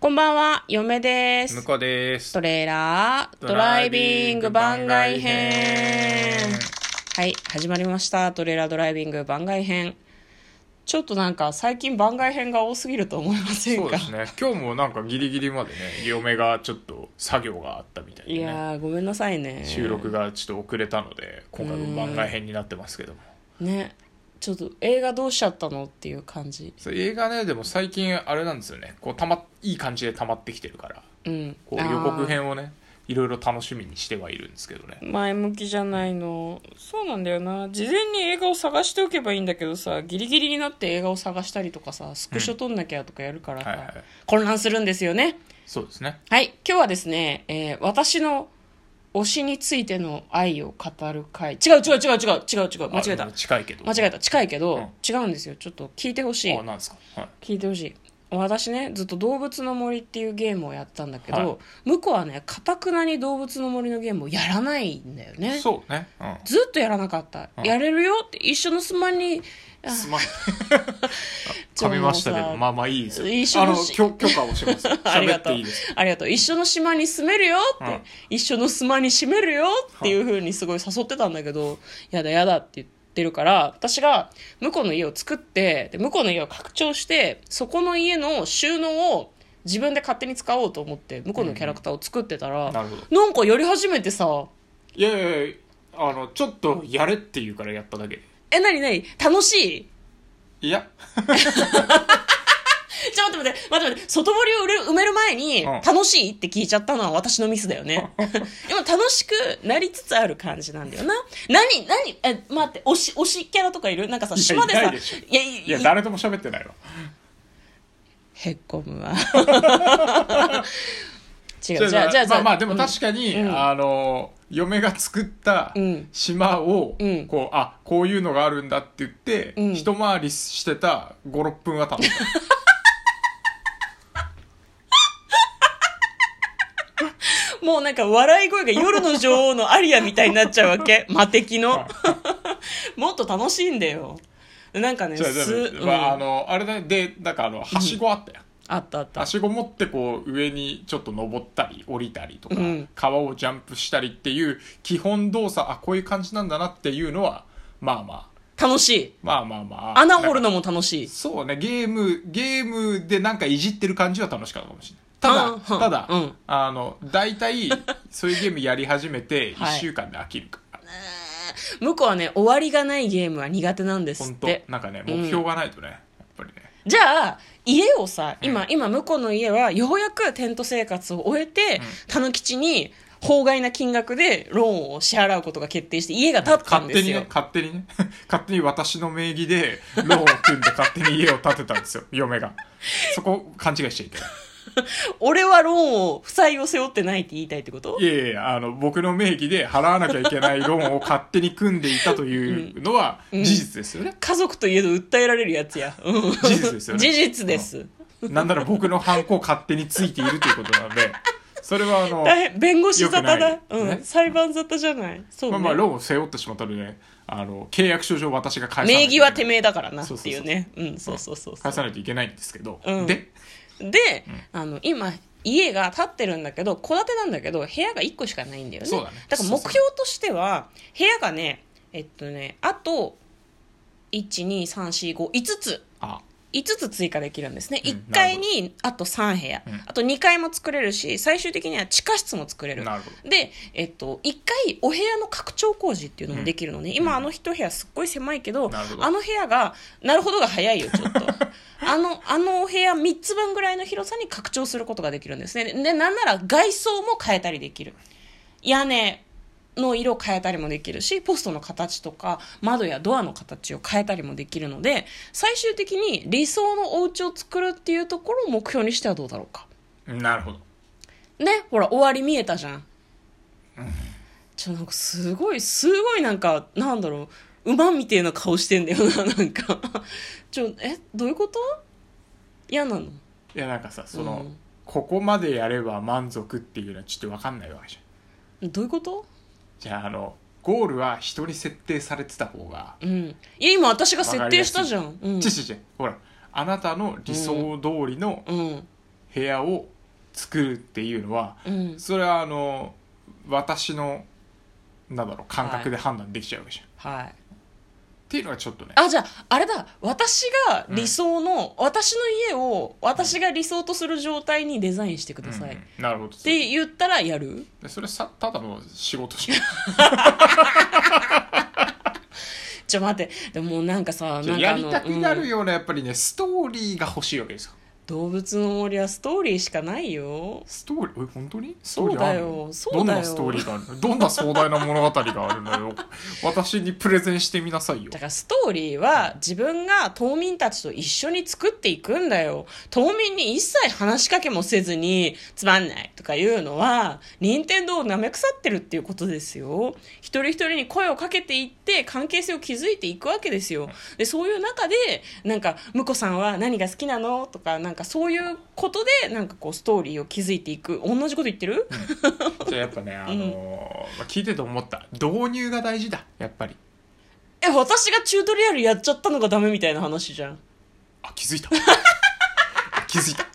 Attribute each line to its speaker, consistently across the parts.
Speaker 1: こんばんは、嫁です
Speaker 2: 向。こうです
Speaker 1: ト。レーラードライビング番外編。はい、始まりました。トレーラードライビング番外編。ちょっとなんか最近番外編が多すぎると思いません
Speaker 2: そう
Speaker 1: か
Speaker 2: ですね。今日もなんかギリギリまでね、嫁がちょっと作業があったみたい
Speaker 1: い
Speaker 2: でね。
Speaker 1: やー、ごめんなさいね。
Speaker 2: 収録がちょっと遅れたので、今回も番外編になってますけども。
Speaker 1: ね。ちょっと映画どうしちゃったのっていう感じ。
Speaker 2: そう映画ね、でも最近あれなんですよね。こうたま、いい感じで溜まってきてるから、
Speaker 1: うん。
Speaker 2: こう予告編をね、いろいろ楽しみにしてはいるんですけどね。
Speaker 1: 前向きじゃないのそうなんだよな事前に映画を探しておけばいいんだけどさギリギリになって映画を探したりとかさスクショ撮んなきゃとかやるからさ、
Speaker 2: はいはい。
Speaker 1: 混乱するんですよね
Speaker 2: そうですね。
Speaker 1: はい今日はですね、えー私の推しについての愛を語る会違う違う違う違う違う違う間違え
Speaker 2: あ
Speaker 1: た
Speaker 2: でも近いけど。
Speaker 1: 間違えた近いけど、
Speaker 2: うん
Speaker 1: 違うんですよちょっと聞いてほしい
Speaker 2: あ、なんですか。はい。
Speaker 1: 聞いてほしい私ねずっと「動物の森」っていうゲームをやったんだけど、
Speaker 2: は
Speaker 1: 向こうはねかたくなに「動物の森」のゲームをやらないんだよね
Speaker 2: そうね。うん。
Speaker 1: ずっとやらなかった、
Speaker 2: うん
Speaker 1: やれるよって一緒のすまにあ
Speaker 2: すまん。噛みましたけ
Speaker 1: ちょっともう
Speaker 2: ど、
Speaker 1: さ
Speaker 2: まあまあいいですよ。
Speaker 1: 一緒
Speaker 2: あ
Speaker 1: の
Speaker 2: の、
Speaker 1: し
Speaker 2: 許許可をします。
Speaker 1: ありが
Speaker 2: 喋っ
Speaker 1: とう
Speaker 2: ていいです。
Speaker 1: ありがとう一緒の島に住めるよって、
Speaker 2: うん
Speaker 1: 一緒の島に住めるよっていう風にすごい誘ってたんだけど、やだやだって言ってるから私が向こうの家を作ってで向こうの家を拡張してそこの家の収納を自分で勝手に使おうと思って向こうのキャラクターを作ってたら、
Speaker 2: なるほど。
Speaker 1: なんかやり始めてさ
Speaker 2: いやいやいや、あの、ちょっとやれって言うからやっただけ。
Speaker 1: えなになに楽しい
Speaker 2: いや、
Speaker 1: ちょ、待って待って、待って待って、外堀を埋める前に、
Speaker 2: うん
Speaker 1: 楽しいって聞いちゃったのは私のミスだよね。 でも楽しくなりつつある感じなんだよな。何、何、え、待って、推し、推しキャラとかいるなんかさ、
Speaker 2: いや
Speaker 1: 島でさ、
Speaker 2: いないでしょ
Speaker 1: いや、い
Speaker 2: いや、誰とも喋ってないわ。
Speaker 1: へっこむ わ。違う、
Speaker 2: そ
Speaker 1: じゃ
Speaker 2: う
Speaker 1: あ、じゃあ、じゃ
Speaker 2: まあまあ、でも確かに、
Speaker 1: うん
Speaker 2: あの、嫁が作った
Speaker 1: うん
Speaker 2: 島を、
Speaker 1: うん
Speaker 2: こう、あ、こういうのがあるんだって言って、
Speaker 1: うん
Speaker 2: 一回りしてた5、6分 は経った。
Speaker 1: もうなんか笑い声が夜の女王のアリアみたいになっちゃうわ け。魔敵の。 もっと楽しいんだよ。なんかね、
Speaker 2: じゃあ、
Speaker 1: す、
Speaker 2: じ
Speaker 1: うん
Speaker 2: まあ、あの、あれだね、で、なんかあの、はしごあったよ。
Speaker 1: あったあった
Speaker 2: は。しご持ってこう上にちょっと登ったり降りたりとか、
Speaker 1: うん
Speaker 2: 川をジャンプしたりっていう基本動作あこういう感じなんだなっていうのはまあまあ
Speaker 1: 楽しい。
Speaker 2: まあまあまあ
Speaker 1: 穴掘る
Speaker 2: な
Speaker 1: の
Speaker 2: んか
Speaker 1: も楽しい。
Speaker 2: そうねゲームゲームでなんかいじってる感じは楽しかったかもしれないただ、
Speaker 1: うん
Speaker 2: ただ、
Speaker 1: うん
Speaker 2: あの大体そういうゲームやり始めて1
Speaker 1: はい
Speaker 2: 週間で飽き るから、
Speaker 1: 向こうはね終わりがないゲームは苦手なんですっ
Speaker 2: 本当
Speaker 1: て
Speaker 2: なんかね
Speaker 1: うん
Speaker 2: 目標がないとね、やっぱりね
Speaker 1: じゃあ家をさ今、今向こうの家はようやくテント生活を終えて、たぬきちに法外な金額でローンを支払うことが決定して家が建ったん
Speaker 2: 勝
Speaker 1: で
Speaker 2: 手
Speaker 1: す
Speaker 2: に
Speaker 1: よ、
Speaker 2: ね勝手にね 勝手に私の名義でローンを組ん で勝手に家を建てたんですよ嫁がそこ勘違いしちゃいけない
Speaker 1: 俺はローンを負債を背負ってないって言いたいってこと
Speaker 2: いやいやあの僕の名義で払わなきゃいけないローンを勝手に組んでいたというのは事実ですよね、
Speaker 1: 家族といえど訴えられるやつや、うん
Speaker 2: 事実ですよね
Speaker 1: 事実です、
Speaker 2: なんなら僕のハンコを勝手についているということなのでそれはあの
Speaker 1: 大変弁護士沙汰だ、
Speaker 2: よくない
Speaker 1: うん
Speaker 2: ね
Speaker 1: 裁判沙汰じゃないそう、ね
Speaker 2: まあまあローンを背負ってしまったので、あの契約書上私が返さな
Speaker 1: 名
Speaker 2: いと
Speaker 1: 義
Speaker 2: いけ
Speaker 1: は
Speaker 2: ない
Speaker 1: てめえだからなっていうねうんそうそうそうそう
Speaker 2: 返さないといけないんですけど、
Speaker 1: うん
Speaker 2: で
Speaker 1: で、あの今家が建ってるんだけど戸建てなんだけど部屋が1個しかないんだよね
Speaker 2: そうだね
Speaker 1: から
Speaker 2: そ
Speaker 1: 目
Speaker 2: うそう
Speaker 1: 標としては部屋がねえっとねあと12345つ
Speaker 2: あ
Speaker 1: 5つ追加できるんですね、
Speaker 2: うん
Speaker 1: 1階にあと3部屋、
Speaker 2: うん
Speaker 1: あと2階も作れるし最終的には地下室も作れる
Speaker 2: なるほど
Speaker 1: で、えっと、1回お部屋の拡張工事っていうのもできるのね、今あの一部屋すっごい狭いけど
Speaker 2: なるほど
Speaker 1: あの部屋がなるほどが早いよ ちょっとあのあのお部屋3つ分ぐらいの広さに拡張することができるんですねででなんなら外装も変えたりできる屋根の色を変えたりもできるしポストの形とか窓やドアの形を変えたりもできるので最終的に理想のお家を作るっていうところを目標にしてはどうだろうか
Speaker 2: なるほど
Speaker 1: ねほら終わり見えたじゃんちょなんかすごいすごいなんかなんだろう馬みてえな顔してんだよな なんかちょえどういうこと嫌なの
Speaker 2: いやなんかさその、
Speaker 1: うん
Speaker 2: ここまでやれば満足っていうのはちょっと分かんないわけじゃん
Speaker 1: どういうこと
Speaker 2: じゃああのゴールは人に設定されてた方が、
Speaker 1: うんいや今私が設定したじゃんうん
Speaker 2: ちちちほらあなたの理想通りの
Speaker 1: うん
Speaker 2: 部屋を作るっていうのは
Speaker 1: うん
Speaker 2: それはあの私のなんだろう感覚で判断できちゃうわけじゃん、
Speaker 1: はい
Speaker 2: っていうのがちょっとね
Speaker 1: あじゃああれだ私が理想の、私の家を私が理想とする状態にデザインしてください、
Speaker 2: う
Speaker 1: っ
Speaker 2: んうんなるほど
Speaker 1: て言ったらやる
Speaker 2: でそれさただの仕事じゃん
Speaker 1: ちょ待ってでももうなんかさ なんか
Speaker 2: や
Speaker 1: あ
Speaker 2: り
Speaker 1: の
Speaker 2: たくなる
Speaker 1: うん
Speaker 2: ようなやっぱりねストーリーが欲しいわけですよ
Speaker 1: 動物の森はストーリーしかないよ
Speaker 2: ストーリーえ本当にストーリーあるの
Speaker 1: そうだよそうだよ
Speaker 2: どんなストーリーがあるのどんな壮大な物語がある のよ私にプレゼンしてみなさいよ
Speaker 1: だからストーリーは自分が島民たちと一緒に作っていくんだよ島民に一切話しかけもせずにつまんないとかいうのは任天堂を舐め腐ってるっていうことですよ一人一人に声をかけていって関係性を築いていくわけですよでそういう中でなんか「婿さんは何が好きなの?」とかなんかそういうことでなんかこうストーリーを築いていく同じこと言ってる、
Speaker 2: じゃあやっぱね、あのーまあ聞いてて思った導入が大事だやっぱり
Speaker 1: え私がチュートリアルやっちゃったのがダメみたいな話じゃん
Speaker 2: あ気づい た気づいた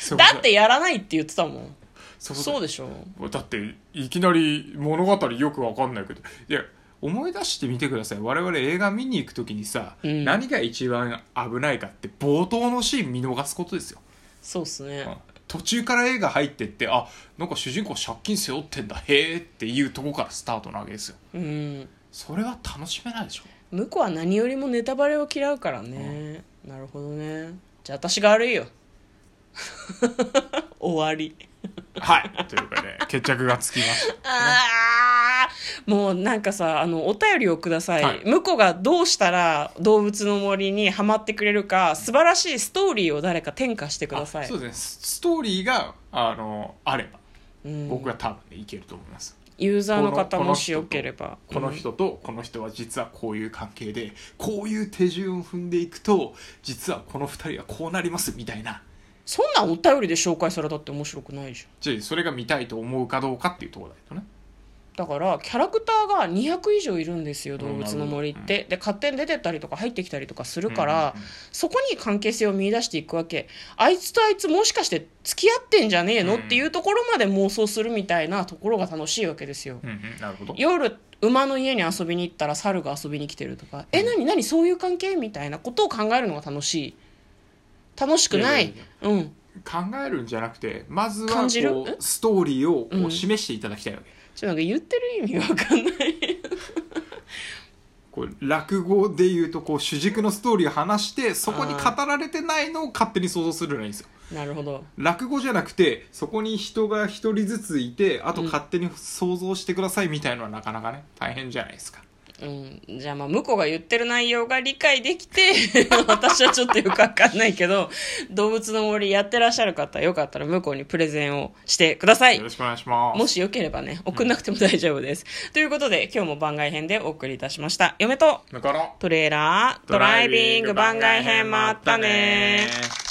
Speaker 2: そういうこと
Speaker 1: だってやらないって言ってたもん
Speaker 2: そういうこと
Speaker 1: そうでしょ
Speaker 2: だっていきなり物語よくわかんないけどいや思い出してみてください我々映画見に行く時にさ、
Speaker 1: うん
Speaker 2: 何が一番危ないかって冒頭のシーン見逃すことですよ、
Speaker 1: そうっすね
Speaker 2: 途中から映画入ってってあなんか主人公借金背負ってんだへえっていうとこからスタートなわけですよ
Speaker 1: うん
Speaker 2: それは楽しめないでしょ
Speaker 1: 向こうは何よりもネタバレを嫌うからね、なるほどねじゃあ私が悪いよ 終わり
Speaker 2: はいというかね決着がつきました
Speaker 1: あーもうなんかさあのお便りをください、
Speaker 2: はい
Speaker 1: 向こうがどうしたら動物の森にはまってくれるか素晴らしいストーリーを誰か転化してくださ
Speaker 2: あ
Speaker 1: い
Speaker 2: そうですねスストーリーがあのあれば
Speaker 1: うん
Speaker 2: 僕は多分ねいけると思います、
Speaker 1: ユーザーの方
Speaker 2: この
Speaker 1: もしよければ
Speaker 2: この人とこの人は実はこういう関係でこういう手順を踏んでいくと実はこの2人はこうなりますみたいな
Speaker 1: そんなんお便りで紹介されたって面白くないじゃん
Speaker 2: じゃあそれが見たいと思うかどうかっていうところだけどね
Speaker 1: だからキャラクターが200以上いるんですよ動物の森っ
Speaker 2: うんな
Speaker 1: て、で勝手に出てったりとか入ってきたりとかするから、
Speaker 2: うんうんうん
Speaker 1: そこに関係性を見出していくわけあいつとあいつもしかして付き合ってんじゃねえの、
Speaker 2: うん
Speaker 1: っていうところまで妄想するみたいなところが楽しいわけですよ、
Speaker 2: うんうんなるほど
Speaker 1: 夜馬の家に遊びに行ったら猿が遊びに来てるとか、え何何そういう関係みたいなことを考えるのが楽しい楽しくない
Speaker 2: いやいや
Speaker 1: うん
Speaker 2: 考えるんじゃなくてまずは
Speaker 1: 感じる
Speaker 2: こうストーリーを
Speaker 1: う
Speaker 2: こ
Speaker 1: ん
Speaker 2: う示していただきたいわけ、
Speaker 1: ちょっとなんか言ってる意味が分かんない
Speaker 2: こう落語でいうとこう主軸のストーリーを話してそこに語られてないのを勝手に想像するのがいいんですよ
Speaker 1: なるほど
Speaker 2: 落語じゃなくてそこに人が一人ずついてあと
Speaker 1: うん
Speaker 2: 勝手に想像してくださいみたいのはなかなかね大変じゃないですか
Speaker 1: うん、じゃあまあ向こうが言ってる内容が理解できて 私はちょっとよくわかんないけど動物の森やってらっしゃる方よかったら向こうにプレゼンをしてください
Speaker 2: よろしくお願いします
Speaker 1: もしよければね送んなくても大丈夫です、ということで今日も番外編でお送りいたしました嫁と
Speaker 2: だから
Speaker 1: トレーラードライビング番外編もあったね
Speaker 2: ー